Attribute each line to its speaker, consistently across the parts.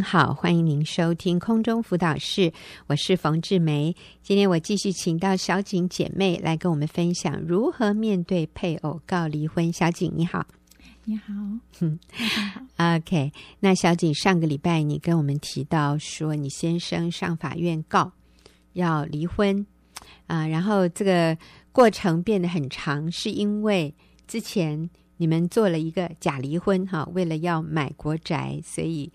Speaker 1: 好，欢迎您收听空中辅导室，我是冯志梅。今天我继续请到小景姐妹来跟我们分享如何面对配偶告离婚。小景你好
Speaker 2: 你好，
Speaker 1: ，OK。那小景上个礼拜你跟我们提到说，你先生上法院告要离婚啊、然后这个过程变得很长，是因为之前你们做了一个假离婚哈、为了要买国宅，所以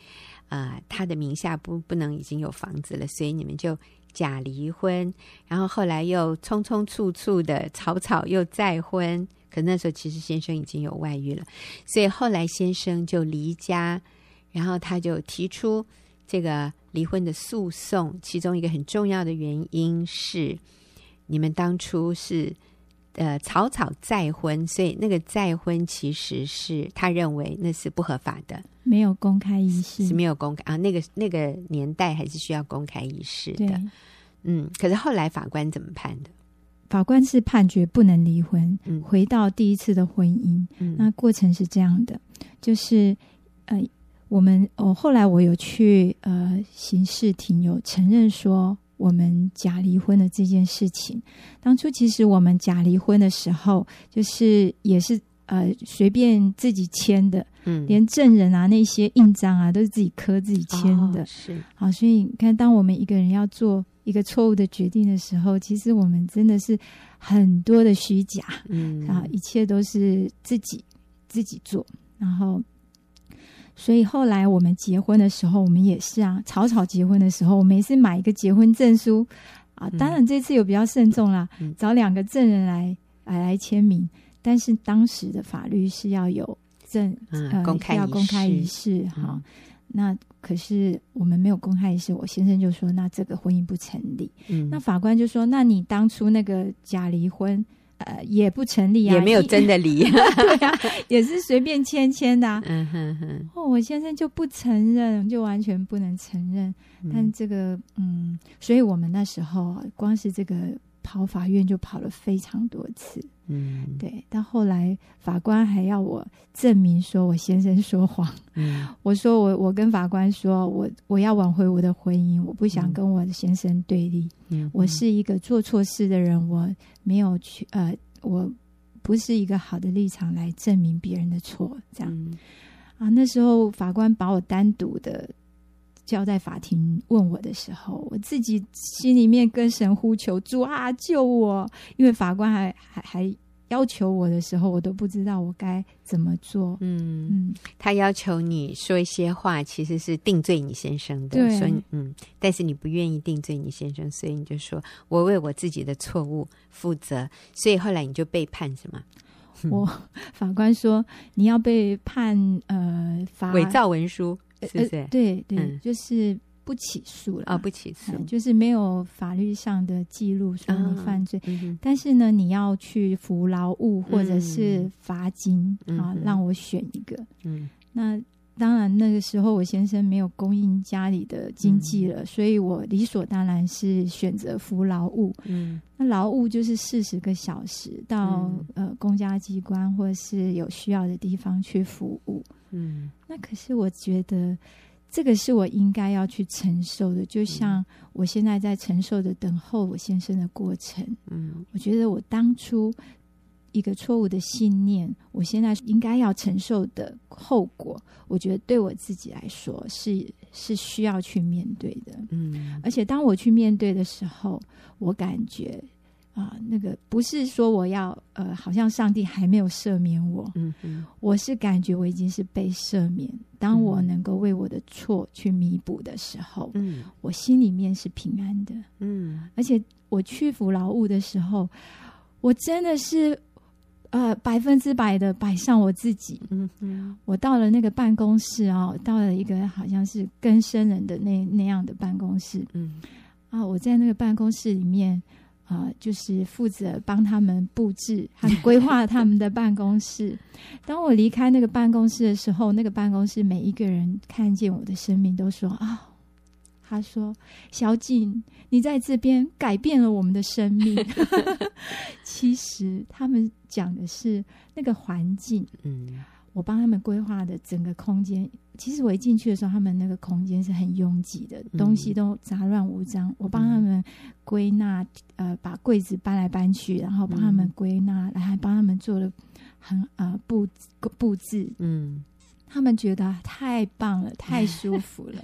Speaker 1: 啊，他的名下不不能已经有房子了，所以你们就假离婚，然后后来又匆匆促促的草草又再婚，可那时候其实先生已经有外遇了，所以后来先生就离家，然后他就提出这个离婚的诉讼，其中一个很重要的原因是你们当初是。呃，草草再婚，所以那个再婚其实是他认为那是不合法的，
Speaker 2: 没有公开仪式
Speaker 1: 是，没有公开啊，那个那个年代还是需要公开仪式
Speaker 2: 对，
Speaker 1: 的。嗯，可是后来法官怎么判的？
Speaker 2: 法官是判决不能离婚，
Speaker 1: 嗯
Speaker 2: 回到第一次的婚姻。那
Speaker 1: 嗯
Speaker 2: 过程是这样的，就是呃，我们哦，后来我有去呃刑事庭有承认说我们假离婚的这件事情。当初其实我们假离婚的时候，就是也是呃随便自己签的，
Speaker 1: 嗯
Speaker 2: 连证人啊那些印章啊都是自己刻自己签的。
Speaker 1: 哦是
Speaker 2: 好，所以你看，当我们一个人要做一个错误的决定的时候，其实我们真的是很多的虚假
Speaker 1: 嗯
Speaker 2: 啊，一切都是自己自己做。然后，所以后来我们结婚的时候，我们也是啊，草草结婚的时候，我们也是买一个结婚证书啊。当然这次有比较慎重啦，
Speaker 1: 嗯
Speaker 2: 找两个证人来来来签名，但是当时的法律是要有证
Speaker 1: 嗯
Speaker 2: 呃，
Speaker 1: 公开
Speaker 2: 要
Speaker 1: 仪
Speaker 2: 公开仪
Speaker 1: 式
Speaker 2: 式哈、
Speaker 1: 嗯
Speaker 2: 那可是我们没有公开仪式，我先生就说那这个婚姻不成立。
Speaker 1: 嗯
Speaker 2: 那法官就说那你当初那个假离婚，呃，也不成立啊，
Speaker 1: 也没有
Speaker 2: 一
Speaker 1: 真的 离。
Speaker 2: 对啊，也是随便签签的、啊。
Speaker 1: 嗯哼哼，
Speaker 2: 哦，我先生就不承认，就完全不能承认。
Speaker 1: 嗯
Speaker 2: 但这个，嗯，所以我们那时候啊光是这个跑法院就跑了非常多次。
Speaker 1: 嗯
Speaker 2: 对，到后来法官还要我证明说我先生说谎。
Speaker 1: 嗯
Speaker 2: 我说我我跟法官说，我我要挽回我的婚姻，我不想
Speaker 1: 嗯
Speaker 2: 跟我的先生对立。
Speaker 1: 嗯，
Speaker 2: 我是一个做错事的人，我没有去呃，我不是一个好的立场来证明别人的错。这样、
Speaker 1: 嗯
Speaker 2: 啊，那时候法官把我单独的叫在法庭问我的时候，我自己心里面跟神呼求主啊救我，因为法官还还还要求我的时候，我都不知道我该怎么做。
Speaker 1: 嗯
Speaker 2: 嗯，
Speaker 1: 他要求你说一些话，其实是定罪你先生的，
Speaker 2: 对
Speaker 1: 说你嗯，但是你不愿意定罪你先生，所以你就说我为我自己的错误负责，所以后来你就被判什么
Speaker 2: 我法官说你要被判呃罚
Speaker 1: 伪造文书，
Speaker 2: 呃
Speaker 1: 是不是？
Speaker 2: 对对、
Speaker 1: 嗯
Speaker 2: 就是不起诉了
Speaker 1: 哦，不起诉
Speaker 2: 哎，就是没有法律上的记录说你
Speaker 1: 啊
Speaker 2: 犯罪。
Speaker 1: 嗯哼
Speaker 2: 但是呢，你要去服劳务或者是
Speaker 1: 嗯
Speaker 2: 罚金、
Speaker 1: 嗯
Speaker 2: 啊
Speaker 1: 哼，
Speaker 2: 让我选一个。
Speaker 1: 嗯
Speaker 2: 那当然，那个时候我先生没有供应家里的经济
Speaker 1: 嗯
Speaker 2: 了，所以我理所当然是选择服劳务。
Speaker 1: 嗯
Speaker 2: 那劳务就是四十个小时到、呃公家机关或是有需要的地方去服务。
Speaker 1: 嗯
Speaker 2: 那可是我觉得这个是我应该要去承受的，就像我现在在承受的等候我先生的过程。
Speaker 1: 嗯
Speaker 2: 我觉得我当初一个错误的信念，我现在应该要承受的后果，我觉得对我自己来说是是需要去面对的。
Speaker 1: 嗯
Speaker 2: 而且当我去面对的时候，我感觉啊、那个不是说我要呃，好像上帝还没有赦免我，
Speaker 1: 嗯嗯
Speaker 2: 我是感觉我已经是被赦免。当我
Speaker 1: 嗯
Speaker 2: 能够为我的错去弥补的时候，
Speaker 1: 嗯
Speaker 2: 我心里面是平安的。
Speaker 1: 嗯
Speaker 2: 而且我屈服劳务的时候，我真的是。呃，百分之百的摆上我自己。
Speaker 1: 嗯嗯
Speaker 2: 我到了那个办公室哦，到了一个好像是更生人的那那样的办公室，
Speaker 1: 嗯
Speaker 2: 啊，我在那个办公室里面，啊、就是负责帮他们布置和规划他们的办公室。当我离开那个办公室的时候，那个办公室每一个人看见我的生命都说啊。他说：“小景，你在这边改变了我们的生命。 ”其实他们讲的是那个环境，
Speaker 1: 嗯
Speaker 2: 我帮他们规划的整个空间，其实我一进去的时候，他们那个空间是很拥挤的，
Speaker 1: 嗯
Speaker 2: 东西都杂乱无章。我帮他们归纳，呃，把柜子搬来搬去，然后帮他们
Speaker 1: 嗯
Speaker 2: 归纳，然后还帮他们做了很呃布布置，
Speaker 1: 嗯
Speaker 2: 他们觉得太 棒了，太舒服了。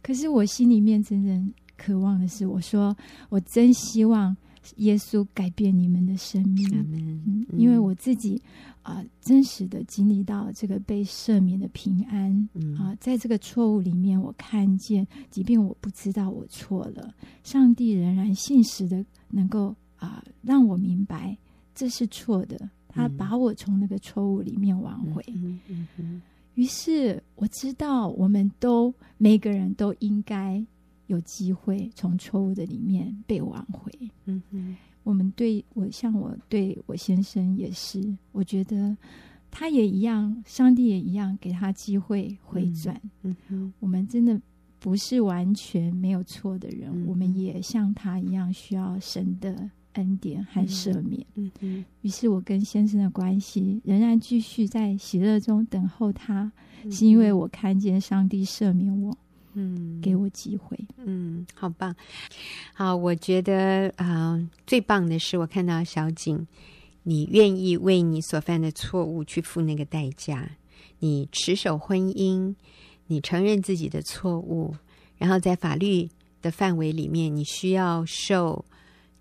Speaker 2: 可是我心里面真正渴望的是，我说我真希望耶稣改变你们的生命。
Speaker 1: 阿门
Speaker 2: 嗯，
Speaker 1: 嗯
Speaker 2: 因为我自己啊、真实的经历到这个被赦免的平安
Speaker 1: 嗯
Speaker 2: 啊、在这个错误里面，我看见，即便我不知道我错了，上帝仍然信实的能够啊、让我明白这是错的，他
Speaker 1: 嗯
Speaker 2: 把我从那个错误里面挽回。
Speaker 1: 嗯嗯嗯
Speaker 2: 于是我知道，我们都每个人都应该有机会从错误的里面被挽回。
Speaker 1: 嗯嗯
Speaker 2: 我们对我，像我对我先生也是，我觉得他也一样，上帝也一样，给他机会回转。
Speaker 1: 嗯嗯
Speaker 2: 我们真的不是完全没有错的人，
Speaker 1: 嗯
Speaker 2: 我们也像他一样需要神的恩典和赦免。
Speaker 1: 嗯嗯
Speaker 2: 于是我跟先生的关系仍然继续在喜乐中等候他，
Speaker 1: 嗯
Speaker 2: 是因为我看见上帝赦免我，
Speaker 1: 嗯
Speaker 2: 给我机会。
Speaker 1: 嗯，好棒！好，我觉得啊、呃最棒的是我看到小景，你愿意为你所犯的错误去付那个代价，你持守婚姻，你承认自己的错误，然后在法律的范围里面，你需要受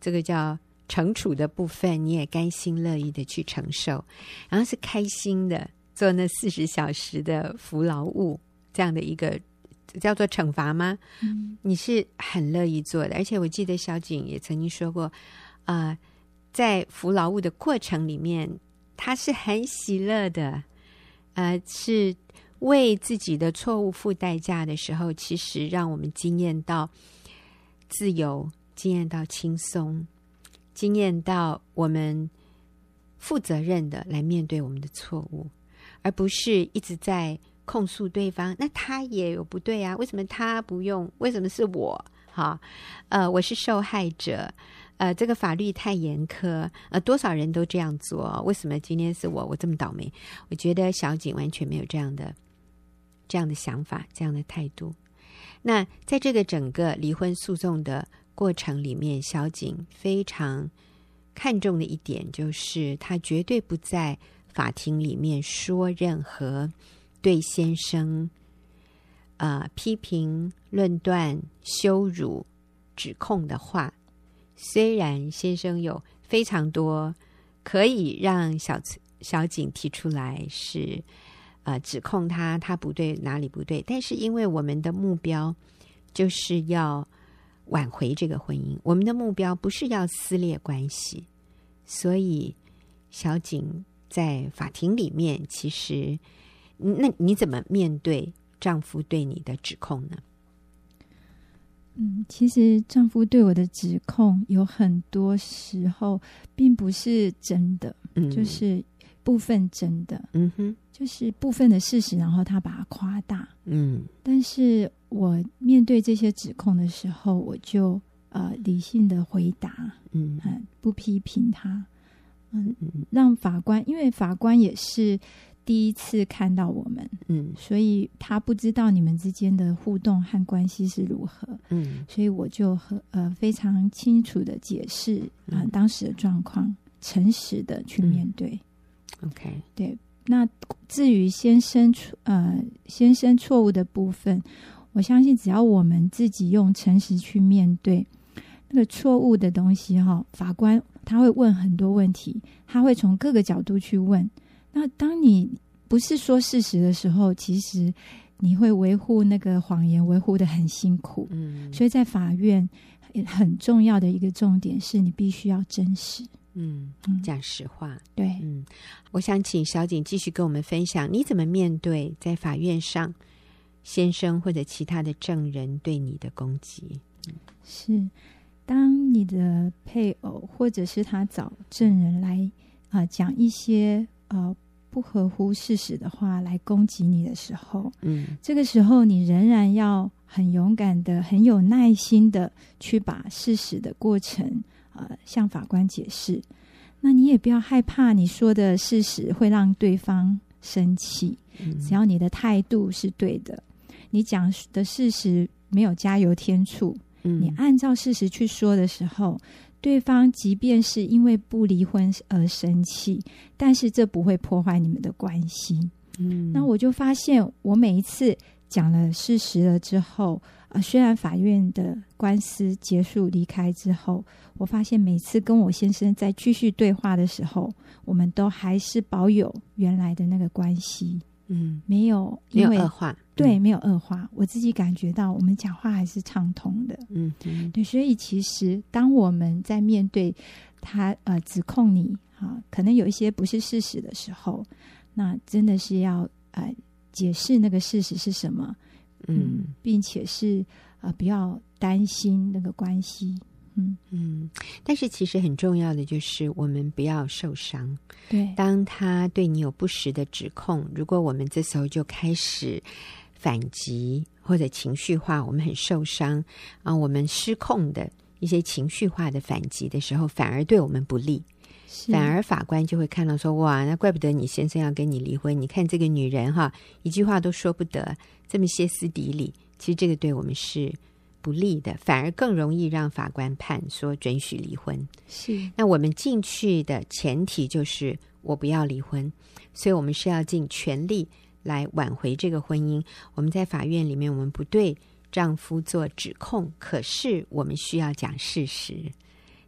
Speaker 1: 这个叫惩处的部分，你也甘心乐意的去承受，然后是开心的做那四十小时的服劳务这样的一个叫做惩罚吗？
Speaker 2: 嗯
Speaker 1: 你是很乐意做的，而且我记得小景也曾经说过，啊、在服劳务的过程里面，他是很喜乐的，呃，是为自己的错误付代价的时候，其实让我们惊艳到自由，惊艳到轻松，惊艳到我们负责任的来面对我们的错误，而不是一直在控诉对方。那他也有不对啊，为什么他不用？为什么是我？哈，呃，我是受害者。呃，这个法律太严苛，呃，多少人都这样做，为什么今天是我？我这么倒霉？我觉得小景完全没有这样的这样的想法，这样的态度。那在这个整个离婚诉讼的过程里面，小景非常看重的一点就是，他绝对不在法庭里面说任何对先生呃批评、论断、羞辱、指控的话。虽然先生有非常多可以让小小景提出来是呃指控他他不对哪里不对，但是因为我们的目标就是要挽回这个婚姻，我们的目标不是要撕裂关系，所以小景在法庭里面，其实嗯那你怎么面对丈夫对你的指控呢？
Speaker 2: 嗯，其实丈夫对我的指控有很多时候并不是真的，
Speaker 1: 嗯，
Speaker 2: 就是部分真的，
Speaker 1: 嗯哼，
Speaker 2: 就是部分的事实，然后他把它夸大。
Speaker 1: 嗯
Speaker 2: 但是我面对这些指控的时候，我就呃理性的回答，
Speaker 1: 嗯
Speaker 2: 嗯，不批评他，嗯
Speaker 1: 嗯，
Speaker 2: 让法官，因为法官也是第一次看到我们，
Speaker 1: 嗯
Speaker 2: 所以他不知道你们之间的互动和关系是如何，
Speaker 1: 嗯
Speaker 2: 所以我就和呃非常清楚的解释啊、
Speaker 1: 嗯
Speaker 2: 当时的状况，诚实的去面对。
Speaker 1: ，OK，
Speaker 2: 那至于先生错呃先生错误的部分，我相信只要我们自己用诚实去面对那个错误的东西哈、法官他会问很多问题，他会从各个角度去问。那当你不是说事实的时候，其实你会维护那个谎言，维护的很辛苦。
Speaker 1: 嗯，
Speaker 2: 所以在法院很重要的一个重点是你必须要真实。
Speaker 1: 嗯
Speaker 2: 嗯，
Speaker 1: 讲实话，
Speaker 2: 对，
Speaker 1: 嗯，我想请小景继续跟我们分享，你怎么面对在法院上先生或者其他的证人对你的攻击？
Speaker 2: 是，当你的配偶或者是他找证人来啊、讲一些呃不合乎事实的话来攻击你的时候，
Speaker 1: 嗯
Speaker 2: 这个时候你仍然要很勇敢的、很有耐心的去把事实的过程呃向法官解释。那你也不要害怕你说的事实会让对方生气，
Speaker 1: 嗯
Speaker 2: 只要你的态度是对的，你讲的事实没有加油添醋，你
Speaker 1: 嗯
Speaker 2: 按照事实去说的时候，对方即便是因为不离婚而生气，但是这不会破坏你们的关系。
Speaker 1: 嗯
Speaker 2: 那我就发现，我每一次讲了事实了之后，呃，虽然法院的官司结束离开之后，我发现每次跟我先生在继续对话的时候，我们都还是保有原来的那个关系，
Speaker 1: 嗯
Speaker 2: 没有
Speaker 1: 没
Speaker 2: 因
Speaker 1: 有
Speaker 2: 为
Speaker 1: 恶化，嗯
Speaker 2: 对没有恶化。我自己感觉到我们讲话还是畅通的。
Speaker 1: 嗯，嗯
Speaker 2: 对，所以其实当我们在面对他呃指控你啊，可能有一些不是事实的时候，那真的是要呃解释那个事实是什么，
Speaker 1: 嗯，
Speaker 2: 并且是呃不要担心那个关系，嗯，
Speaker 1: 嗯，但是其实很重要的就是我们不要受伤。
Speaker 2: 对，
Speaker 1: 当他对你有不实的指控，如果我们这时候就开始反击或者情绪化，我们很受伤啊、我们失控的一些情绪化的反击的时候，反而对我们不利。
Speaker 2: 是
Speaker 1: 反而法官就会看到说，哇，那怪不得你先生要跟你离婚。你看这个女人哈，一句话都说不得，这么歇斯底里。其实这个对我们是不利的，反而更容易让法官判说准许离婚。
Speaker 2: 是
Speaker 1: 那我们进去的前提就是我不要离婚，所以我们是要尽全力来挽回这个婚姻。我们在法院里面，我们不对丈夫做指控，可是我们需要讲事实。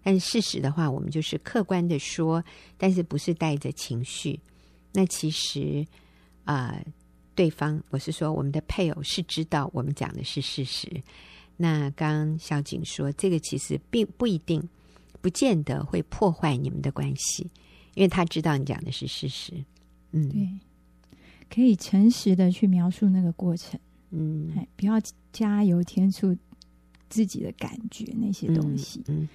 Speaker 1: 但是事实的话，我们就是客观的说，但是不是带着情绪。那其实，呃，对方，我是说我们的配偶是知道我们讲的是事实。那刚刚小景说，这个其实并不一定，不见得会破坏你们的关系，因为他知道你讲的是事实。嗯，
Speaker 2: 对，可以诚实的去描述那个过程，
Speaker 1: 嗯，
Speaker 2: 哎，不要加油添醋自己的感觉那些东西，
Speaker 1: 嗯，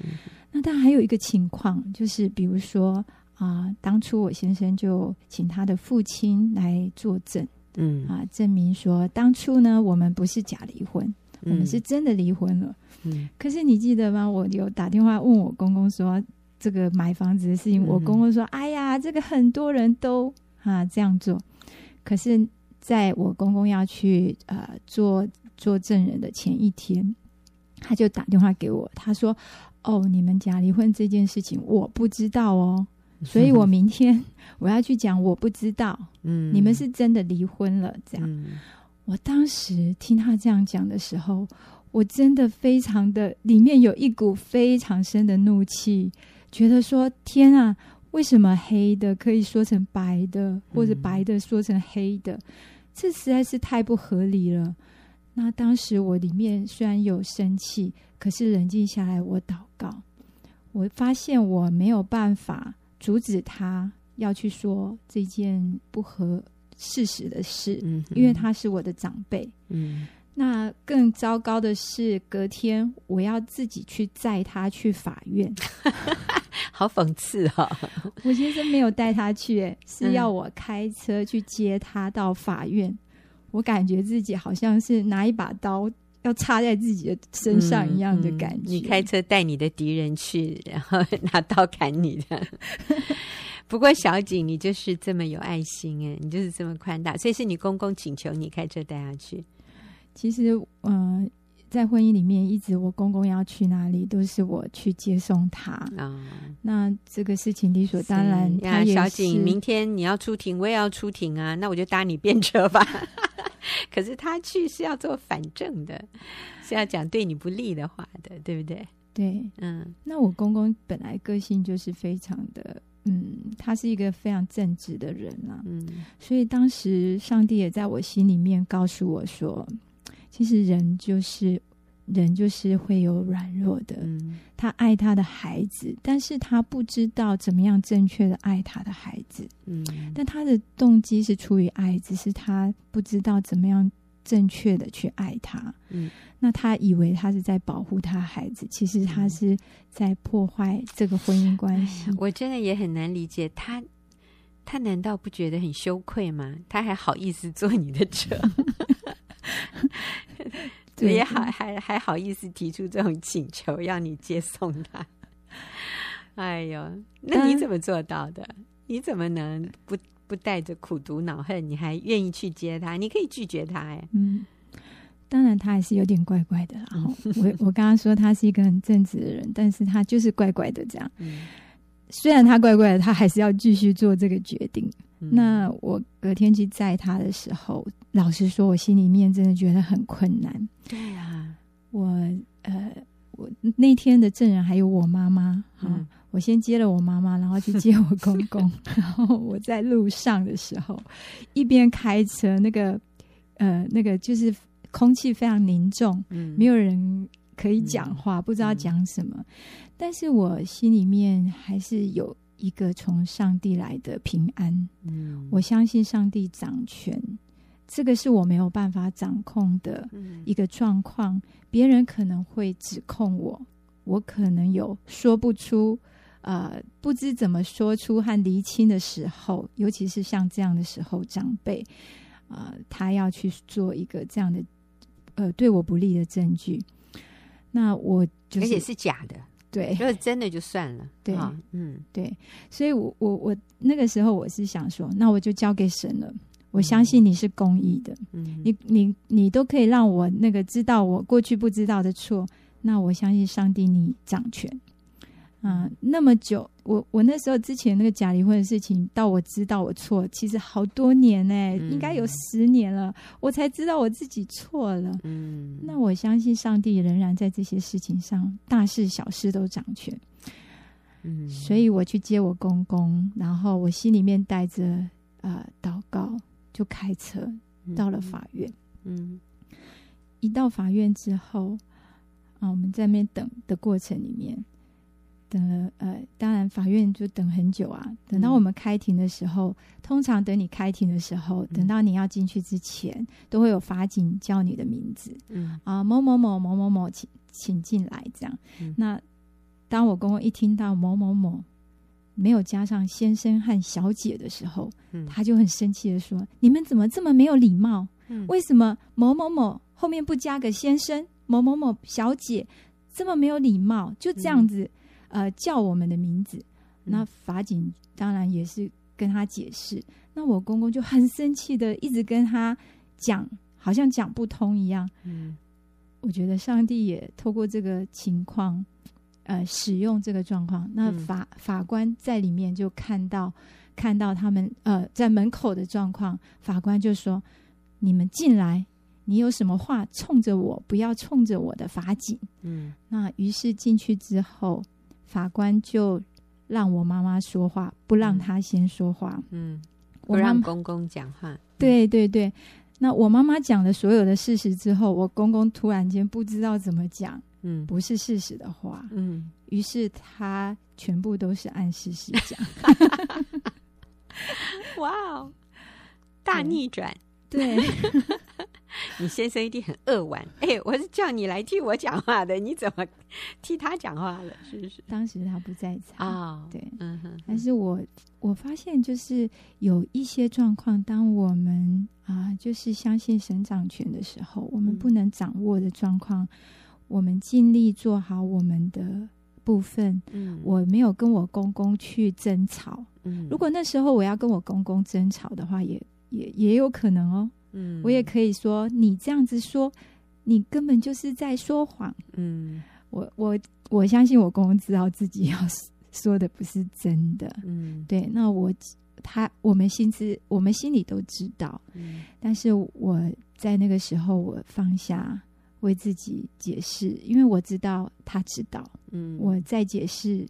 Speaker 2: 那但还有一个情况，就是比如说啊、当初我先生就请他的父亲来作证
Speaker 1: 嗯嗯，
Speaker 2: 啊、证明说当初呢我们不是假离婚，
Speaker 1: 嗯
Speaker 2: 我们是，真的离婚了。
Speaker 1: 嗯
Speaker 2: 可是你记得吗？我有打电话问我公公说这个买房子的事情，
Speaker 1: 嗯
Speaker 2: 我公公说：“哎呀，这个很多人都啊这样做。”可是在我公公要去呃做做证人的前一天，他就打电话给我，他说：“哦，你们假离婚这件事情我不知道哦，所以我明天我要去讲我不知道，
Speaker 1: 嗯，
Speaker 2: 你们是真的离婚了。”这样，
Speaker 1: 嗯
Speaker 2: 我当时听他这样讲的时候，我真的非常的里面有一股非常深的怒气，觉得说天啊，为什么黑的可以说成白的，或者白的说成黑的？这实在是太不合理了。那当时我里面虽然有生气，可是冷静下来，我祷告，我发现我没有办法阻止他要去说这件不合事实的事。
Speaker 1: 嗯，
Speaker 2: 因为他是我的长辈。
Speaker 1: 嗯
Speaker 2: 那更糟糕的是，隔天我要自己去载他去法院。
Speaker 1: 好讽刺哈、哦，
Speaker 2: 我先生没有带他去、欸，是要
Speaker 1: 嗯
Speaker 2: 我开车去接他到法院。我感觉自己好像是拿一把刀要插在自己的身上一样的感
Speaker 1: 嗯嗯
Speaker 2: 觉。
Speaker 1: 你开车带你的敌人去，然后拿刀砍你的。 不过小景，你就是这么有爱心哎，你就是这么宽大，所以是你公公请求你开车带他去。
Speaker 2: 其实，嗯、在婚姻里面，一直我公公要去哪里，都是我去接送他。
Speaker 1: 哦，
Speaker 2: 那这个事情理所当然，
Speaker 1: 呀，
Speaker 2: 他也
Speaker 1: 小
Speaker 2: 是
Speaker 1: 景，明天你要出庭，我也要出庭啊，那我就搭你便车吧。 可是他去是要做反证的，是要讲对你不利的话的，对不对？
Speaker 2: 对
Speaker 1: 嗯
Speaker 2: 那我公公本来个性就是非常的，嗯，他是一个非常正直的人啦、
Speaker 1: 嗯
Speaker 2: 所以当时上帝也在我心里面告诉我说，其实人就是人就是会有软弱的，
Speaker 1: 嗯
Speaker 2: 他爱他的孩子，但是他不知道怎么样正确的爱他的孩子，
Speaker 1: 嗯
Speaker 2: 但他的动机是出于爱，只是他不知道怎么样正确的去爱他。
Speaker 1: 嗯，
Speaker 2: 那他以为他是在保护他孩子，其实
Speaker 1: 嗯
Speaker 2: 他是在破坏这个婚姻关系。
Speaker 1: 我真的也很难理解他，他难道不觉得很羞愧吗？他还好意思坐你的车，
Speaker 2: 对
Speaker 1: 也
Speaker 2: 嗯
Speaker 1: 好还还好意思提出这种请求，要你接送他。哎呦，那
Speaker 2: 当
Speaker 1: 你怎么做到的？你怎么能不不带着苦毒恼恨，你还愿意去接他，你可以拒绝他哎。
Speaker 2: 嗯，当然他还是有点怪怪的啦。
Speaker 1: 嗯
Speaker 2: 哦我我刚刚说他是一个很正直的人，但是他就是怪怪的这样。
Speaker 1: 嗯，
Speaker 2: 虽然他怪怪的，他还是要继续做这个决定。
Speaker 1: 嗯
Speaker 2: 那我隔天去载他的时候，老实说，我心里面真的觉得很困难。
Speaker 1: 对啊，
Speaker 2: 我呃，我那天的证人还有我妈妈啊。
Speaker 1: 嗯
Speaker 2: 我先接了我妈妈，然后去接我 公公，然后我在路上的时候，一边开车，那个呃，那个就是空气非常凝重，
Speaker 1: 嗯，
Speaker 2: 没有人可以讲话，不知道讲什么。但是我心里面还是有一个从上帝来的平安，
Speaker 1: 嗯，
Speaker 2: 我相信上帝掌权，这个是我没有办法掌控的
Speaker 1: 嗯
Speaker 2: 一个状况。别人可能会指控我，我可能有说不出。呃，不知怎么说出和厘清的时候，尤其是像这样的时候，长辈，呃，他要去做一个这样的，呃，对我不利的证据，那我就
Speaker 1: 而
Speaker 2: 是
Speaker 1: 且是假的，
Speaker 2: 对
Speaker 1: 如果真的就算了，
Speaker 2: 对
Speaker 1: 啊嗯
Speaker 2: 对，所以我我我那个时候我是想说，那我就交给神了。我相信你是公义的，
Speaker 1: 嗯，
Speaker 2: 你你你都可以让我那个知道我过去不知道的错，那我相信上帝你掌权。啊、
Speaker 1: 嗯
Speaker 2: 那么久，我我那时候之前那个假离婚的事情，到我知道我错，其实好多年呢、
Speaker 1: 嗯
Speaker 2: 应该有十年了，我才知道我自己错了。
Speaker 1: 嗯，
Speaker 2: 那我相信上帝仍然在这些事情上，大事小事都掌权。
Speaker 1: 嗯，
Speaker 2: 所以我去接我公公，然后我心里面带着呃祷告，就开车到了法院。
Speaker 1: 嗯，
Speaker 2: 一到法院之后，啊，我们在那边等的过程里面，等了呃，当然法院就等很久啊。等到
Speaker 1: 嗯
Speaker 2: 我们开庭的时候，通常等你开庭的时候，
Speaker 1: 嗯
Speaker 2: 等到你要进去之前，都会有法警叫你的名字。
Speaker 1: 嗯
Speaker 2: 啊、某某某某某某，请请进来这样。
Speaker 1: 嗯
Speaker 2: 那当我公公一听到某某某没有加上先生和小姐的时候，
Speaker 1: 嗯
Speaker 2: 他就很生气的说：“你们怎么这么没有礼貌？
Speaker 1: 嗯
Speaker 2: 为什么某某某后面不加个先生，某某某小姐这么没有礼貌？就这样子、呃叫我们的名字。”
Speaker 1: 嗯
Speaker 2: 那法警当然也是跟他解释。那我公公就很生气的一直跟他讲，好像讲不通一样。
Speaker 1: 嗯
Speaker 2: 我觉得上帝也透过这个情况，呃，使用这个状况。那
Speaker 1: 嗯
Speaker 2: 法、法官在里面就看到看到他们呃在门口的状况，法官就说：“你们进来，你有什么话冲着我，不要冲着我的法警。”
Speaker 1: 嗯
Speaker 2: 那于是进去之后，法官就让我妈妈说话，不让
Speaker 1: 嗯
Speaker 2: 她先说话。
Speaker 1: 嗯，不
Speaker 2: 我妈
Speaker 1: 让
Speaker 2: 妈
Speaker 1: 公公讲话，
Speaker 2: 对对对，那我妈妈讲了所有的事实之后，我公公突然间不知道怎么讲。
Speaker 1: 嗯
Speaker 2: 不是事实的话，
Speaker 1: 嗯，
Speaker 2: 于是他全部都是按事实 讲。
Speaker 1: 哇哦，大
Speaker 2: 对
Speaker 1: 逆转！
Speaker 2: 对，
Speaker 1: 你先生一定很扼腕。 哎、我是叫你来替我讲话的，你怎么替他讲话了？是不是？
Speaker 2: 当时他不在场，
Speaker 1: 啊、
Speaker 2: 对。
Speaker 1: 嗯哼，
Speaker 2: 但是我我发现，就是有一些状况，当我们啊、就是相信神掌权的时候，我们
Speaker 1: 嗯
Speaker 2: 不能掌握的状况，我们尽力做好我们的部分。
Speaker 1: 嗯
Speaker 2: 我没有跟我公公去争吵，
Speaker 1: 嗯
Speaker 2: 如果那时候我要跟我公公争吵的话，也也也有可能哦。
Speaker 1: 嗯
Speaker 2: 我也可以说，你这样子说，你根本就是在说谎。
Speaker 1: 嗯
Speaker 2: 我我我相信我公公知道自己要 说的不是真的。
Speaker 1: 嗯
Speaker 2: 对，那我他我们心知，我们心里都知道，
Speaker 1: 嗯
Speaker 2: 但是我在那个时候我放下。为自己解释，因为我知道他知道，
Speaker 1: 嗯
Speaker 2: 我再解释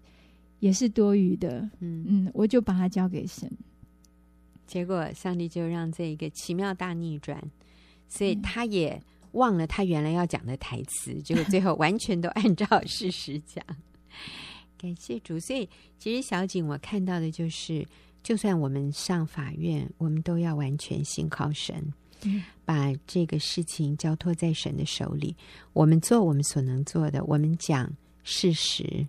Speaker 2: 也是多余的。
Speaker 1: 嗯，
Speaker 2: 嗯，我就把它交给神。
Speaker 1: 结果上帝就让这一个奇妙大逆转，所以
Speaker 2: 嗯
Speaker 1: 他也忘了他原来要讲的台词，结果最后完全都按照事实讲。 感谢主，所以其实小景我看到的就是，就算我们上法院，我们都要完全信靠神，
Speaker 2: 嗯
Speaker 1: 把这个事情交托在神的手里。我们做我们所能做的，我们讲事实，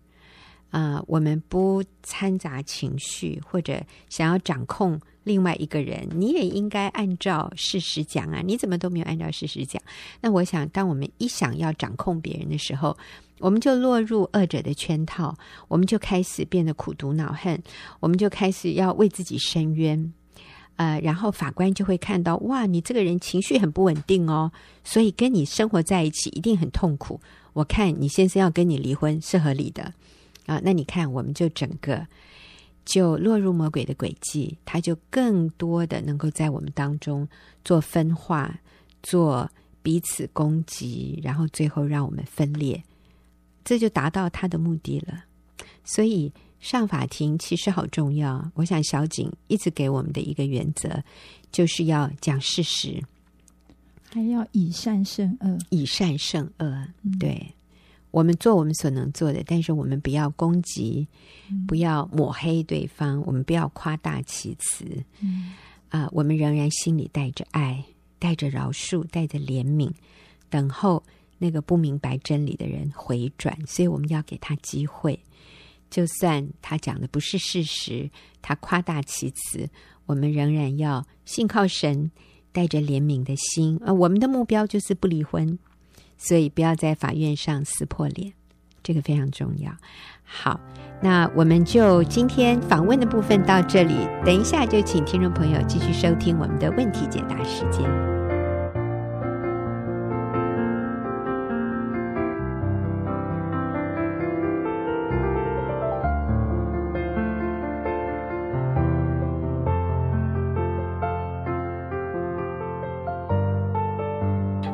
Speaker 1: 啊、我们不掺杂情绪或者想要掌控另外一个人，你也应该按照事实讲啊！你怎么都没有按照事实讲？那我想，当我们一想要掌控别人的时候，我们就落入恶者的圈套，我们就开始变得苦毒恼恨，我们就开始要为自己申冤。呃，然后法官就会看到，哇，你这个人情绪很不稳定哦，所以跟你生活在一起一定很痛苦。我看你先生要跟你离婚是合理的啊、那你看我们就整个就落入魔鬼的轨迹，他就更多的能够在我们当中做分化，做彼此攻击，然后最后让我们分裂，这就达到他的目的了。所以上法庭其实好重要。我想小景一直给我们的一个原则，就是要讲事实，
Speaker 2: 还要以善胜恶。
Speaker 1: 以善胜恶。
Speaker 2: 嗯，
Speaker 1: 对，我们做我们所能做的，但是我们不要攻击，
Speaker 2: 嗯
Speaker 1: 不要抹黑对方，我们不要夸大其词
Speaker 2: 嗯
Speaker 1: 啊、我们仍然心里带着爱，带着饶恕，带着怜悯，等候那个不明白真理的人回转。所以我们要给他机会，就算他讲的不是事实，他夸大其词，我们仍然要信靠神，带着怜悯的心。呃，我们的目标就是不离婚，所以不要在法院上撕破脸，这个非常重要。好，那我们就今天访问的部分到这里，等一下就请听众朋友继续收听我们的问题解答时间。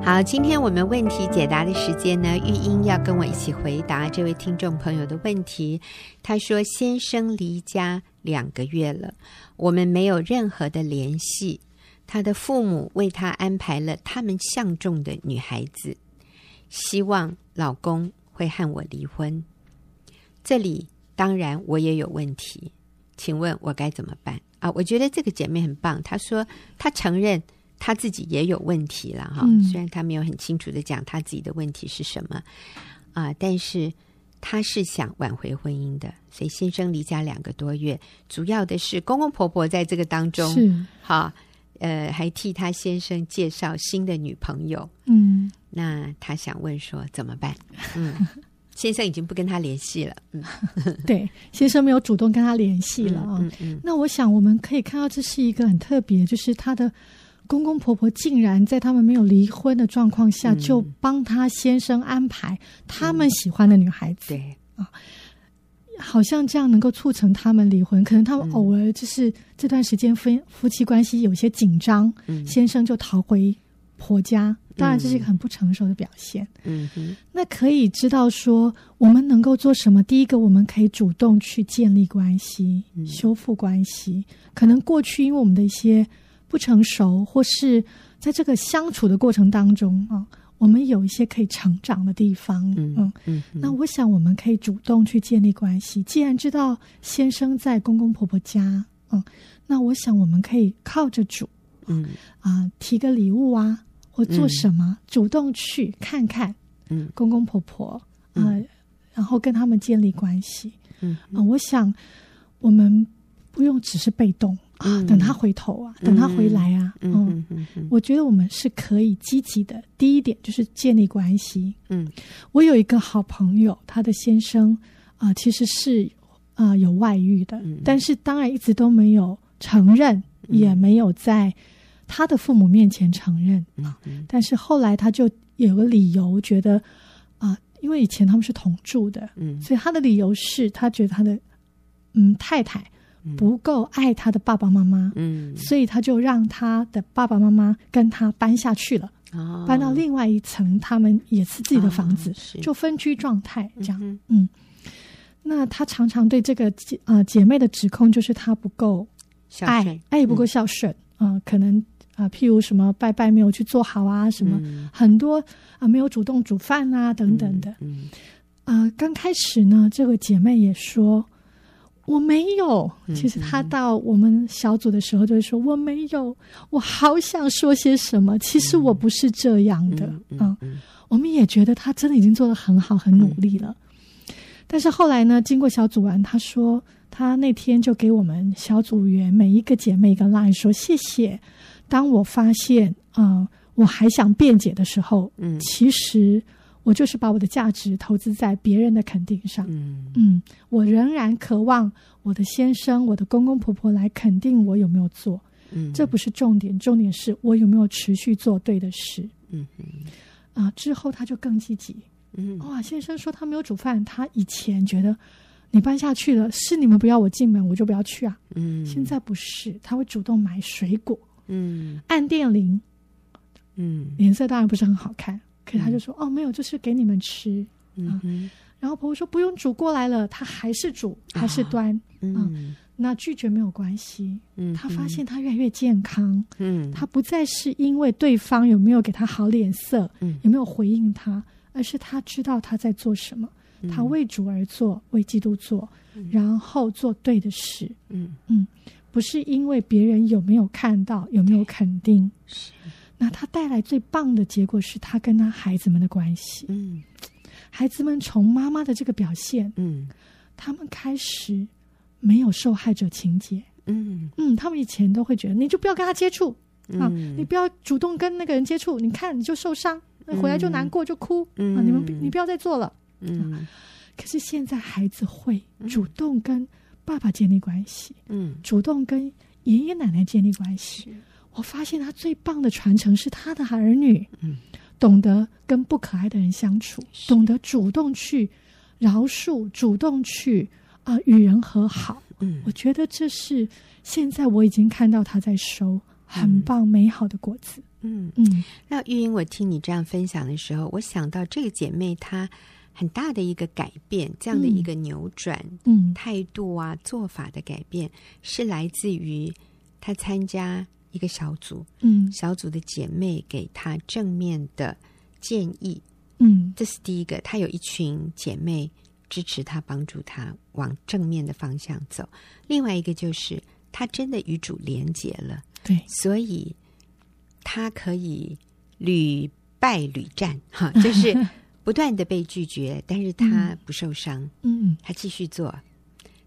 Speaker 1: 好，今天我们问题解答的时间呢，玉英要跟我一起回答这位听众朋友的问题。他说：“先生离家两个月了，我们没有任何的联系。他的父母为他安排了他们相中的女孩子，希望老公会和我离婚。这里当然我也有问题，请问我该怎么办啊？我觉得这个姐妹很棒，她说她承认她自己也有问题了哈，
Speaker 2: 嗯
Speaker 1: 虽然她没有很清楚的讲她自己的问题是什么啊，但是她是想挽回婚姻的，所以先生离家两个多月，主要的是公公婆婆在这个当中
Speaker 2: 是，
Speaker 1: 好，呃，还替她先生介绍新的女朋友。
Speaker 2: 嗯，
Speaker 1: 那她想问说怎么办？ 嗯，先生已经不跟她联系了，嗯，
Speaker 3: 对，先生没有主动跟他联系了啊、
Speaker 1: 嗯嗯
Speaker 3: 那我想我们可以看到，这是一个很特别，就是他的公公婆婆竟然在他们没有离婚的状况下，
Speaker 1: 嗯
Speaker 3: 就帮他先生安排他们喜欢的女孩子，
Speaker 1: 对，
Speaker 3: 好像这样能够促成他们离婚。可能他们
Speaker 1: 嗯
Speaker 3: 偶尔就是这段时间夫夫妻关系有些紧张，
Speaker 1: 嗯
Speaker 3: 先生就逃回婆家。当然，这是一个很不成熟的表现。
Speaker 1: 嗯哼
Speaker 3: 那可以知道说，我们能够做什么？第一个，我们可以主动去建立关系、
Speaker 1: 嗯
Speaker 3: 修复关系。可能过去因为我们的一些不成熟，或是在这个相处的过程当中啊，我们有一些可以成长的地方。
Speaker 1: 嗯
Speaker 3: 嗯
Speaker 1: 嗯嗯哼，
Speaker 3: 那我想我们可以主动去建立关系。既然知道先生在公公婆婆家，嗯，那我想我们可以靠着主
Speaker 1: 嗯
Speaker 3: 啊、提个礼物啊，或做
Speaker 1: 嗯
Speaker 3: 什么，主动去看看。
Speaker 1: 嗯
Speaker 3: 公公婆婆啊、
Speaker 1: 嗯
Speaker 3: 然后跟他们建立关系
Speaker 1: 嗯
Speaker 3: 啊、我想我们不用只是被动啊、
Speaker 1: 嗯
Speaker 3: 等他回头啊，等他回来啊，
Speaker 1: 嗯
Speaker 3: 嗯
Speaker 1: 嗯嗯嗯
Speaker 3: 我觉得我们是可以积极的。第一点就是建立关系。
Speaker 1: 嗯
Speaker 3: 我有一个好朋友，她的先生啊、其实是啊、有外遇的、
Speaker 1: 嗯
Speaker 3: 但是当然一直都没有承认，
Speaker 1: 嗯
Speaker 3: 也没有在他的父母面前承认。
Speaker 1: 嗯嗯
Speaker 3: 但是后来他就有个理由，觉得啊、因为以前他们是同住的，
Speaker 1: 嗯
Speaker 3: 所以他的理由是他觉得他的嗯太太
Speaker 1: 嗯
Speaker 3: 不够爱他的爸爸妈妈，
Speaker 1: 嗯，
Speaker 3: 所以他就让他的爸爸妈妈跟他搬下去了，
Speaker 1: 哦
Speaker 3: 搬到另外一层，他们也是自己的房子，
Speaker 1: 哦是
Speaker 3: 就分居状态这样。
Speaker 1: 嗯
Speaker 3: 那他常常对这个姐啊、姐妹的指控就是她不够
Speaker 1: 孝
Speaker 3: 爱
Speaker 1: 顺，嗯
Speaker 3: 爱不够孝顺啊、可能啊、譬如什么拜拜没有去做好啊，什么。
Speaker 1: 嗯
Speaker 3: 很多啊、没有主动煮饭啊等等的
Speaker 1: 嗯
Speaker 3: 啊、刚开始呢，这个姐妹也说我没有。
Speaker 1: 嗯
Speaker 3: 其实她到我们小组的时候就会说、我没有，我好想说些什么，其实我不是这样的啊、
Speaker 1: 嗯嗯嗯
Speaker 3: 我们也觉得她真的已经做得很好，很努力了。但是后来呢，经过小组完，她说她那天就给我们小组员每一个姐妹一个 line 说谢谢。当我发现啊、呃我还想辩解的时候，
Speaker 1: 嗯
Speaker 3: 其实我就是把我的价值投资在别人的肯定上。
Speaker 1: 嗯
Speaker 3: 嗯，我仍然渴望我的先生、我的公公婆婆来肯定我有没有做。
Speaker 1: 嗯，
Speaker 3: 这不是重点，重点是我有没有持续做对的事
Speaker 1: 嗯哼
Speaker 3: 啊、之后他就更积极。
Speaker 1: 嗯哼
Speaker 3: 哇，先生说他没有煮饭，他以前觉得你搬下去了，是你们不要我进门，我就不要去啊。
Speaker 1: 嗯，
Speaker 3: 现在不是，他会主动买水果，
Speaker 1: 嗯
Speaker 3: 按电铃，
Speaker 1: 嗯
Speaker 3: 脸色当然不是很好看，可是他就说、哦没有，就是给你们吃。
Speaker 1: 嗯
Speaker 3: 啊
Speaker 1: 哼
Speaker 3: 然后婆婆说不用煮过来了，她还是煮，
Speaker 1: 啊
Speaker 3: 还是端，
Speaker 1: 嗯
Speaker 3: 那拒绝没有关系。
Speaker 1: 嗯，
Speaker 3: 她发现她越来越健康，
Speaker 1: 嗯
Speaker 3: 她不再是因为对方有没有给她好脸色，
Speaker 1: 嗯
Speaker 3: 有没有回应她，而是她知道她在做什么，
Speaker 1: 嗯
Speaker 3: 她为主而做，为基督做，然后做对的事，
Speaker 1: 嗯
Speaker 3: 不是因为别人有没有看到，有没有肯定。
Speaker 1: 是
Speaker 3: 那她带来最棒的结果是她跟她孩子们的关系，
Speaker 1: 嗯
Speaker 3: 孩子们从妈妈的这个表现。
Speaker 1: 嗯
Speaker 3: 他们开始没有受害者情节。
Speaker 1: 嗯
Speaker 3: 嗯，他们以前都会觉得你就不要跟他接触啊，
Speaker 1: 嗯
Speaker 3: 你不要主动跟那个人接触，你看你就受伤，呃回来就难过就哭、
Speaker 1: 嗯
Speaker 3: 啊，你们你不啊要再做了。
Speaker 1: 嗯
Speaker 3: 可是现在孩子会主动跟爸爸建立关系，
Speaker 1: 嗯
Speaker 3: 主动跟爷爷奶奶建立关系。我发现他最棒的传承是他的儿女，
Speaker 1: 嗯，
Speaker 3: 懂得跟不可爱的人相处，
Speaker 1: 是
Speaker 3: 懂得主动去饶恕，主动去啊、与人和好。
Speaker 1: 嗯
Speaker 3: 我觉得这是现在我已经看到他在收很棒美好的果子。
Speaker 1: 嗯。
Speaker 3: 嗯，
Speaker 1: 那玉英，我听你这样分享的时候，我想到这个姐妹她很大的一个改变，这样的一个扭转、
Speaker 3: 嗯
Speaker 1: 态度啊、做法的改变，是来自于她参加一个小组，
Speaker 3: 嗯
Speaker 1: 小组的姐妹给她正面的建议，
Speaker 3: 嗯
Speaker 1: 这是第一个。她有一群姐妹支持她、帮助她往正面的方向走。另外一个就是她真的与主连结了。
Speaker 3: 对，
Speaker 1: 所以他可以屡败屡战，哈，就是不断的被拒绝，但是他不受伤，
Speaker 3: 嗯
Speaker 1: 他继续做，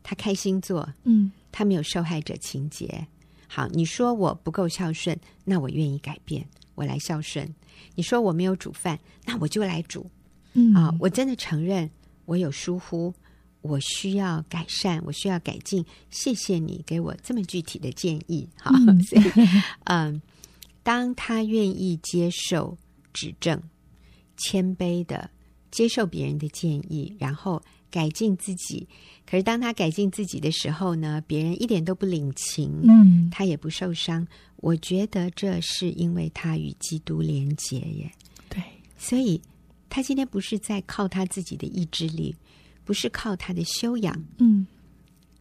Speaker 1: 他开心做，
Speaker 3: 嗯
Speaker 1: 他没有受害者情节。好，你说我不够孝顺，那我愿意改变，我来孝顺；你说我没有煮饭，那我就来煮。
Speaker 3: 嗯
Speaker 1: 啊、我真的承认我有疏忽，我需要改善，我需要改进。谢谢你给我这么具体的建议，哈、
Speaker 3: 嗯
Speaker 1: 所以，嗯，当他愿意接受指正，谦卑的接受别人的建议，然后改进自己。可是当他改进自己的时候呢，别人一点都不领情，
Speaker 3: 嗯
Speaker 1: 他也不受伤。我觉得这是因为他与基督连结耶。
Speaker 3: 对，
Speaker 1: 所以他今天不是在靠他自己的意志力，不是靠他的修养，
Speaker 3: 嗯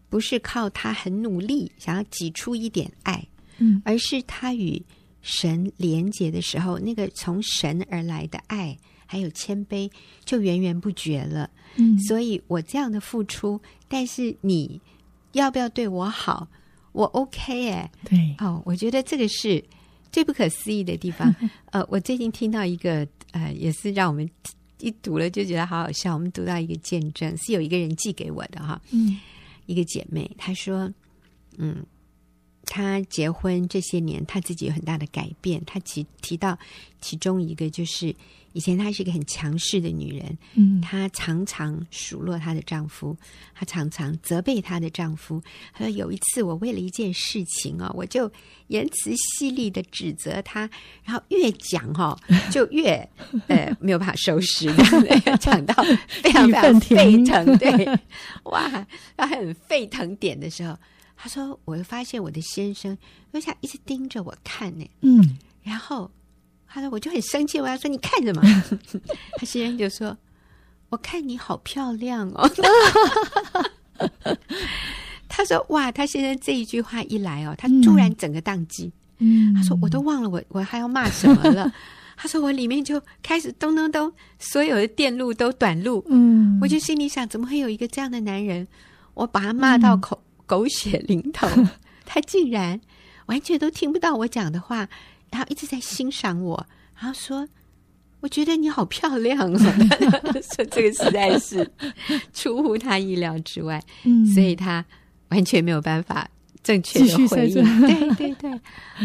Speaker 1: 不是靠他很努力想要挤出一点爱，
Speaker 3: 嗯
Speaker 1: 而是他与神连结的时候，那个从神而来的爱还有谦卑就源源不绝了。
Speaker 3: 嗯，
Speaker 1: 所以我这样的付出，但是你要不要对我好？我 OK 哎、
Speaker 3: 对，
Speaker 1: 哦，我觉得这个是最不可思议的地 方。呃，我最近听到一个呃，也是让我们一读了就觉得好好笑。我们读到一个见证，是有一个人寄给我的哈，
Speaker 3: 嗯
Speaker 1: 一个姐妹，她说，嗯，她结婚这些年，她自己有很大的改变。她提提到其中一个就是，以前她是一个很强势的女人，
Speaker 3: 嗯
Speaker 1: 她常常数落她的丈夫，她常常责备她的丈夫。她说有一次，我为了一件事情哦，我就言辞犀利的指责他，然后越讲 哦，就越呃没有办法收拾， 讲到非常非常
Speaker 3: 义愤填
Speaker 1: 沸
Speaker 3: 膺
Speaker 1: 腾，对，哇，然后很沸腾点的时候，她说，我就发现我的先生，因为他一直盯着我看呢，
Speaker 3: 嗯
Speaker 1: 然后他说我就很生气，我要说你看 什么？他先生就说：“我看你好漂亮哦。”他说：“哇！”他先生这一句话一来哦，他突然整个宕机。
Speaker 3: 嗯，
Speaker 1: 他说：“我都忘了我我还要骂什么 了。”他说：“我里面就开始咚咚咚，所有的电路都短路。
Speaker 3: 嗯，
Speaker 1: 我就心里想，怎么会有一个这样的男人？我把他骂
Speaker 3: 嗯
Speaker 1: 到口、 狗血淋 头，他竟然完全都听不到我讲的话，然后一直在欣赏我，然后说：“我觉得你好漂亮哦。” 说这个实在是 出乎他意料之外，
Speaker 3: 嗯
Speaker 1: 所以他完全没有办法正确
Speaker 3: 继
Speaker 1: 的
Speaker 3: 续在
Speaker 1: 回
Speaker 3: 这
Speaker 1: 应。对对对，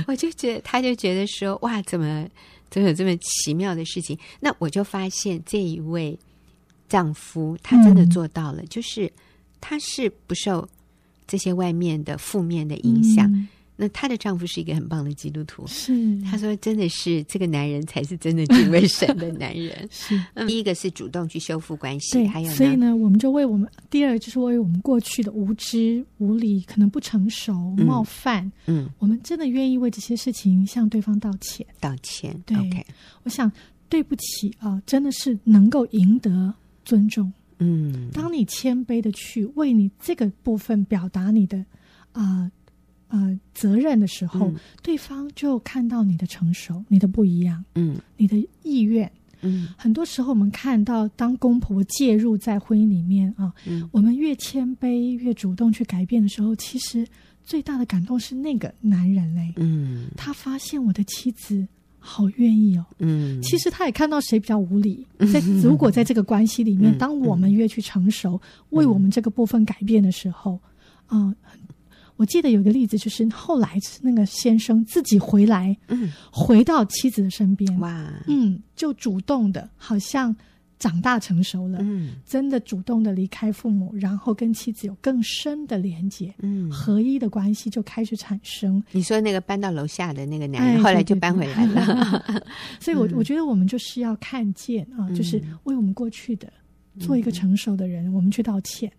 Speaker 1: 我就觉得他就觉得说：“哇，怎么怎么有这么奇妙的事情？”那我就发现这一位丈夫，他真的
Speaker 3: 嗯
Speaker 1: 做到了，就是他是不受这些外面的负面的影响，
Speaker 3: 嗯
Speaker 1: 那她的丈夫是一个很棒的基督徒，
Speaker 3: 是。
Speaker 1: 她说真的是这个男人才是真的敬畏神的男人
Speaker 3: 是。
Speaker 1: 嗯第一个是主动去修复关系，
Speaker 3: 对
Speaker 1: 还有，
Speaker 3: 所以
Speaker 1: 呢，
Speaker 3: 呢，我们就为我们第二就是为我们过去的无知、无理、可能不成熟、
Speaker 1: 嗯
Speaker 3: 冒犯，
Speaker 1: 嗯，
Speaker 3: 我们真的愿意为这些事情向对方道歉。
Speaker 1: 道歉
Speaker 3: 对
Speaker 1: ，OK，
Speaker 3: 我想，对不起啊、真的是能够赢得尊重。
Speaker 1: 嗯，
Speaker 3: 当你谦卑的去为你这个部分表达你的啊呃责任的时候，
Speaker 1: 嗯
Speaker 3: 对方就看到你的成熟、你的不一样、
Speaker 1: 嗯
Speaker 3: 你的意愿。
Speaker 1: 嗯
Speaker 3: 很多时候，我们看到当公婆介入在婚姻里面啊，
Speaker 1: 嗯
Speaker 3: 我们越谦卑、越主动去改变的时候，其实最大的感动是那个男人嘞，
Speaker 1: 嗯
Speaker 3: 他发现我的妻子好愿意哦。
Speaker 1: 嗯，
Speaker 3: 其实他也看到谁比较无理，在如果在这个关系里面，
Speaker 1: 嗯
Speaker 3: 当我们越去成熟，为我们这个部分改变的时候，啊、很我记得有一个例子，就是后来是那个先生自己回来，
Speaker 1: 嗯
Speaker 3: 回到妻子的身边，
Speaker 1: 哇，
Speaker 3: 嗯，就主动的，好像长大成熟了，
Speaker 1: 嗯
Speaker 3: 真的主动的离开父母，然后跟妻子有更深的连接，
Speaker 1: 嗯，
Speaker 3: 合一的关系就开始产生。
Speaker 1: 你说那个搬到楼下的那个男人，
Speaker 3: 哎
Speaker 1: 后来
Speaker 3: 对
Speaker 1: 就
Speaker 3: 对
Speaker 1: 搬
Speaker 3: 对
Speaker 1: 回来了。
Speaker 3: 所以我，我、
Speaker 1: 嗯
Speaker 3: 觉得我们就是要看见啊，
Speaker 1: 嗯
Speaker 3: 就是为我们过去的做一个成熟的人，我们去道歉。
Speaker 1: 嗯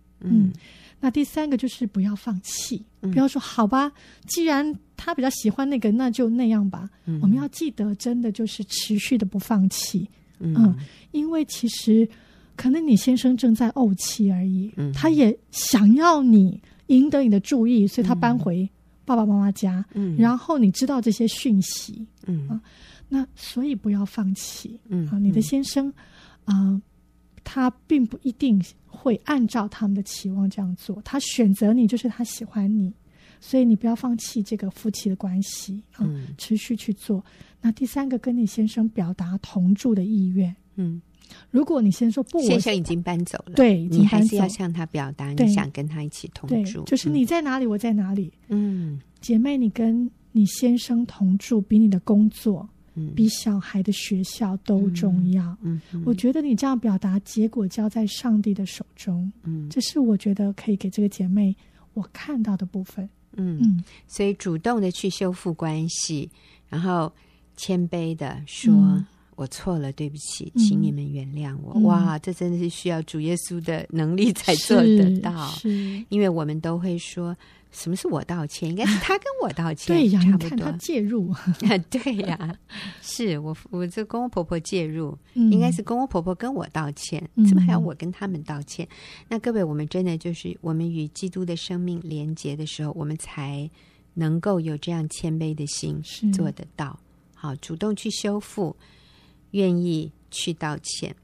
Speaker 3: 嗯那第三个就是不要放弃，
Speaker 1: 嗯
Speaker 3: 不要说好吧，既然他比较喜欢那个，那就那样吧。
Speaker 1: 嗯
Speaker 3: 我们要记得，真的就是持续的不放弃，
Speaker 1: 嗯
Speaker 3: 嗯因为其实可能你先生正在怄气而已，
Speaker 1: 嗯
Speaker 3: 他也想要你赢得你的注意，所以他搬回爸爸妈妈家，
Speaker 1: 嗯，
Speaker 3: 然后你知道这些讯息，
Speaker 1: 嗯
Speaker 3: 那所以不要放弃。
Speaker 1: 嗯
Speaker 3: 啊，你的先生，啊、他并不一定会按照他们的期望这样做，他选择你就是他喜欢你，所以你不要放弃这个夫妻的关系啊，
Speaker 1: 嗯
Speaker 3: 持续去做。那第三个，跟你先生表达同住的意愿。
Speaker 1: 嗯，
Speaker 3: 如果你先说不，我
Speaker 1: 先生已经搬走了，，
Speaker 3: 对，已
Speaker 1: 你
Speaker 3: 经
Speaker 1: 还
Speaker 3: 搬
Speaker 1: 是
Speaker 3: 走
Speaker 1: 要，向他表达
Speaker 3: 对
Speaker 1: 你想跟他一起同
Speaker 3: 对
Speaker 1: 住，，
Speaker 3: 就是你在哪里，我在哪里，
Speaker 1: 嗯
Speaker 3: 姐妹，你跟你先生同住，比你的工作，
Speaker 1: 嗯
Speaker 3: 比小孩的学校都重要。
Speaker 1: 嗯嗯
Speaker 3: 我觉得你这样表达，结果交在上帝的手中，
Speaker 1: 嗯
Speaker 3: 这是我觉得可以给这个姐妹我看到的部分。
Speaker 1: 嗯，
Speaker 3: 嗯，
Speaker 1: 所以主动的去修复关系，然后谦卑的说。
Speaker 3: 嗯
Speaker 1: 我错了，对不起，
Speaker 3: 嗯
Speaker 1: 请你们原谅我。
Speaker 3: 嗯
Speaker 1: 哇，这真的是需要主耶稣的能力 才做得到。
Speaker 3: 是。是
Speaker 1: 因为我们都会说，什么是我道歉？应该是他跟我道歉，
Speaker 3: 对呀，你
Speaker 1: 差不
Speaker 3: 看
Speaker 1: 多
Speaker 3: 她。介入，
Speaker 1: 对呀、是我我这公公婆婆介入，
Speaker 3: 嗯
Speaker 1: 应该是公公婆婆跟我道歉，
Speaker 3: 嗯
Speaker 1: 怎么还要我跟他们道歉？那各位，我们真的就是我们与基督的生命连结的时候，我们才能够有这样谦卑的心
Speaker 3: 是
Speaker 1: 做得到。好，主动去修复，愿意去道歉。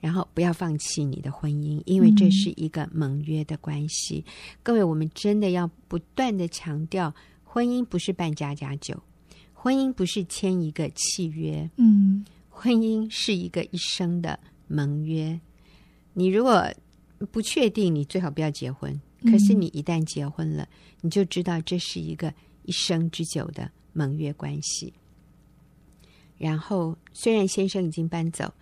Speaker 1: 然后不要放弃你的婚姻，因为这
Speaker 3: 嗯
Speaker 1: 是一个盟约的关系。各位，我们真的要不断的强调，婚姻不是办家家酒，婚姻不是签一个契约，
Speaker 3: 嗯，
Speaker 1: 婚姻是一个一生的盟约。你如果不确定，你最好不要结婚。
Speaker 3: 嗯
Speaker 1: 可是你一旦结婚了，你就知道这是一个一生之久的盟约关系。然后，虽然先生已经搬走，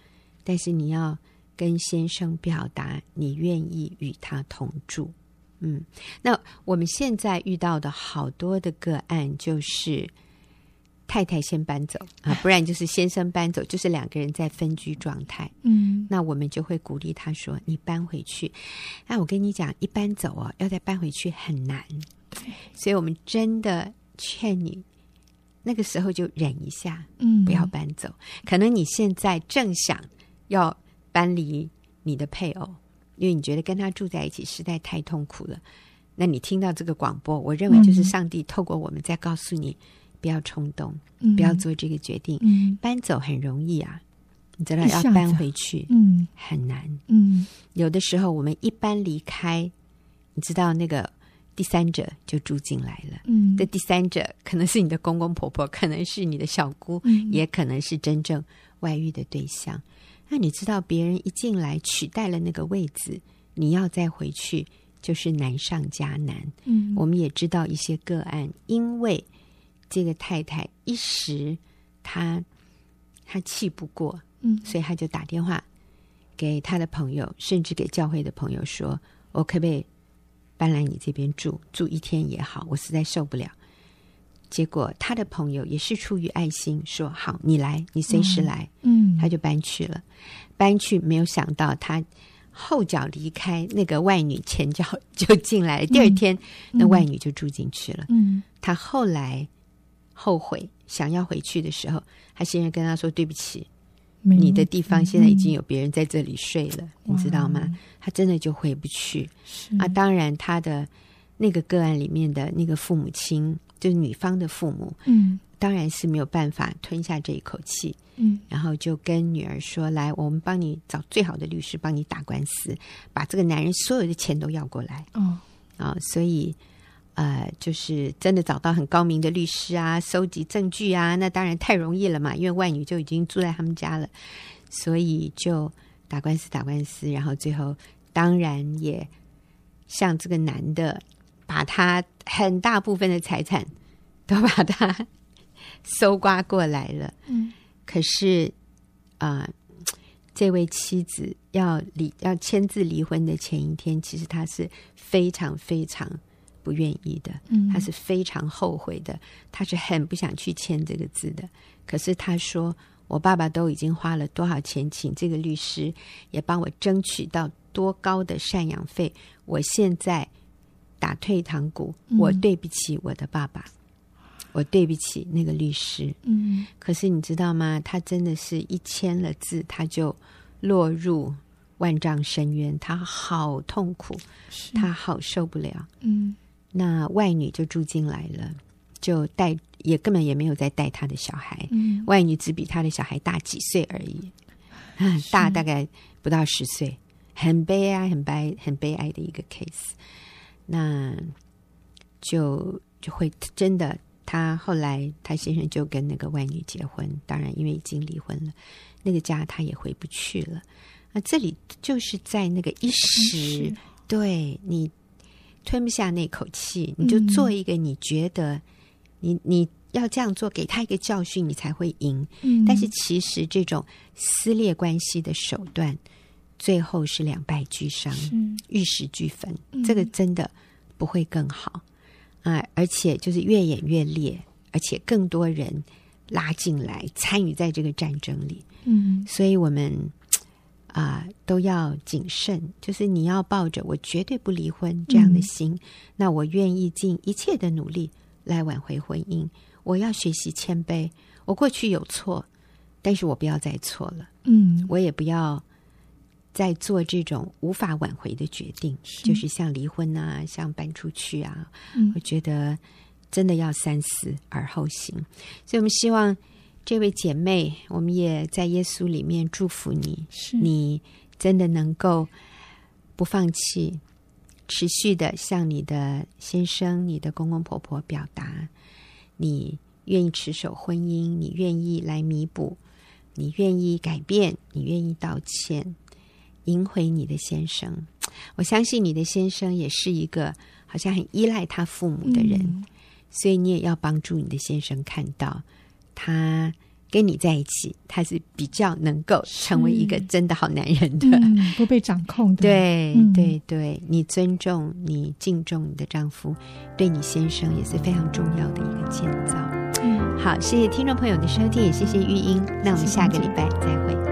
Speaker 1: 但是你要跟先生表达你愿意与他同住。嗯，那我们现在遇到的好多的个案就是太太先搬走啊，不然就是先生搬走，就是两个人在分居状态。
Speaker 3: 嗯，
Speaker 1: 那我们就会鼓励他说：“你搬回去。”那我跟你讲，一搬走哦，要再搬回去很难。所以我们真的劝你，那个时候就忍一下，
Speaker 3: 嗯，
Speaker 1: 不要搬走。可能你现在正想要搬离你的配偶，因为你觉得跟他住在一起实在太痛苦了。那你听到这个广播，我认为就是
Speaker 3: 嗯
Speaker 1: 上帝透过我们在告诉你，不要冲动，
Speaker 3: 嗯，
Speaker 1: 不要做这个决定。
Speaker 3: 嗯，
Speaker 1: 搬走很容易啊，你知道
Speaker 3: 一
Speaker 1: 要
Speaker 3: 下子
Speaker 1: 搬回去
Speaker 3: 嗯
Speaker 1: 很难。
Speaker 3: 嗯
Speaker 1: 有的时候我们一搬离开，你知道那个第三者就住进来了。
Speaker 3: 嗯，
Speaker 1: 这第三者可能是你的公公婆婆，可能是你的小姑，
Speaker 3: 嗯，
Speaker 1: 也可能是真正外遇的对象。那你知道别人一进来取代了那个位置，你要再回去就是难上加难。
Speaker 3: 嗯，
Speaker 1: 我们也知道一些个案，因为这个太太一时她她气不过，
Speaker 3: 嗯
Speaker 1: 所以她就打电话给她的朋友，甚至给教会的朋友说：“我可不可以搬来你这边住，住一天也好，我实在受不了。”结果他的朋友也是出于爱心，说好你来，你随时来，
Speaker 3: 嗯，
Speaker 1: 他就搬去了。搬去没有想到他后脚离开，那个外女前脚就进来了。第二天，那外女就住进去了。
Speaker 3: 嗯
Speaker 1: 他后来后悔想要回去的时候，他先生跟他说：“对不起，
Speaker 3: 没
Speaker 1: 你的地方现在已经有别人在这里睡了，你知道吗？”他真的就回不去。
Speaker 3: 是
Speaker 1: 啊，当然他的那个个案里面的那个父母亲，就是女方的父母，
Speaker 3: 嗯
Speaker 1: 当然是没有办法吞下这一口气，
Speaker 3: 嗯
Speaker 1: 然后就跟女儿说：“来，我们帮你找最好的律师，帮你打官司，把这个男人所有的钱都要过来
Speaker 3: 哦
Speaker 1: 啊、所以。呃，就是真的找到很高明的律师啊，收集证据啊，那当然太容易了嘛，因为外女就已经住在他们家了，所以就打官司打官司，然后最后当然也向这个男的把他很大部分的财产都把他 搜刮过来了。
Speaker 3: 嗯
Speaker 1: 可是啊、这位妻子要离要签字离婚的前一天，其实她是非常非常不愿意的，
Speaker 3: 嗯，
Speaker 1: 她是非常后悔的，她是很不想去签这个字的。可是她说：“我爸爸都已经花了多少钱请这个律师，也帮我争取到多高的赡养费，我现在打退堂鼓，
Speaker 3: 嗯
Speaker 1: 我对不起我的爸爸，我对不起那个律师。”
Speaker 3: 嗯
Speaker 1: 可是你知道吗？他真的是一签了字，他就落入万丈深渊，他好痛苦，
Speaker 3: 是
Speaker 1: 他好受不了。
Speaker 3: 嗯
Speaker 1: 那外女就住进来了，就带也根本也没有再带他的小孩，
Speaker 3: 嗯
Speaker 1: 外女只比他的小孩大几岁而已，啊大大概不到十岁，很悲哀，很悲，很悲哀的一个 case。那就就会真的，他后来他先生就跟那个外女结婚，当然因为已经离婚了，那个家他也回不去了。那这里就是在那个一时，
Speaker 3: 是
Speaker 1: 对你吞不下那口气，你就
Speaker 3: 嗯
Speaker 1: 做一个你觉得你你要这样做，给他一个教训，你才会赢。
Speaker 3: 嗯
Speaker 1: 但是其实这种撕裂关系的手段，最后是两败俱伤，
Speaker 3: 是
Speaker 1: 玉石俱焚。
Speaker 3: 嗯
Speaker 1: 这个真的不会更好啊、而且就是越演越烈，而且更多人拉进来参与在这个战争里。
Speaker 3: 嗯
Speaker 1: 所以我们啊、都要谨慎，就是你要抱着我绝对不离婚这样的心，
Speaker 3: 嗯
Speaker 1: 那我愿意尽一切的努力来挽回婚姻，我要学习谦卑，我过去有错，但是我不要再错了，
Speaker 3: 嗯
Speaker 1: 我也不要。再做这种无法挽回的决定，
Speaker 3: 是
Speaker 1: 就是像离婚啊，像搬出去啊，
Speaker 3: 嗯
Speaker 1: 我觉得真的要三思而后行。所以，我们希望这位姐妹，我们也在耶稣里面祝福你，
Speaker 3: 是
Speaker 1: 你真的能够不放弃，持续的向你的先生、你的公公婆婆表达，你愿意持守婚姻，你愿意来弥补，你愿意改变，你愿意道歉，赢回你的先生。我相信你的先生也是一个好像很依赖他父母的人，
Speaker 3: 嗯
Speaker 1: 所以你也要帮助你的先生看到，他跟你在一起，他是比较能够成为一个真的好男人的。
Speaker 3: 嗯不被掌控 的，
Speaker 1: 对
Speaker 3: 嗯
Speaker 1: 对对，你尊重、你敬重你的丈夫，对你先生也是非常重要的一个建造。
Speaker 3: 嗯。
Speaker 1: 好，谢谢听众朋友的收听，也谢谢玉英。那我们下个礼拜再会。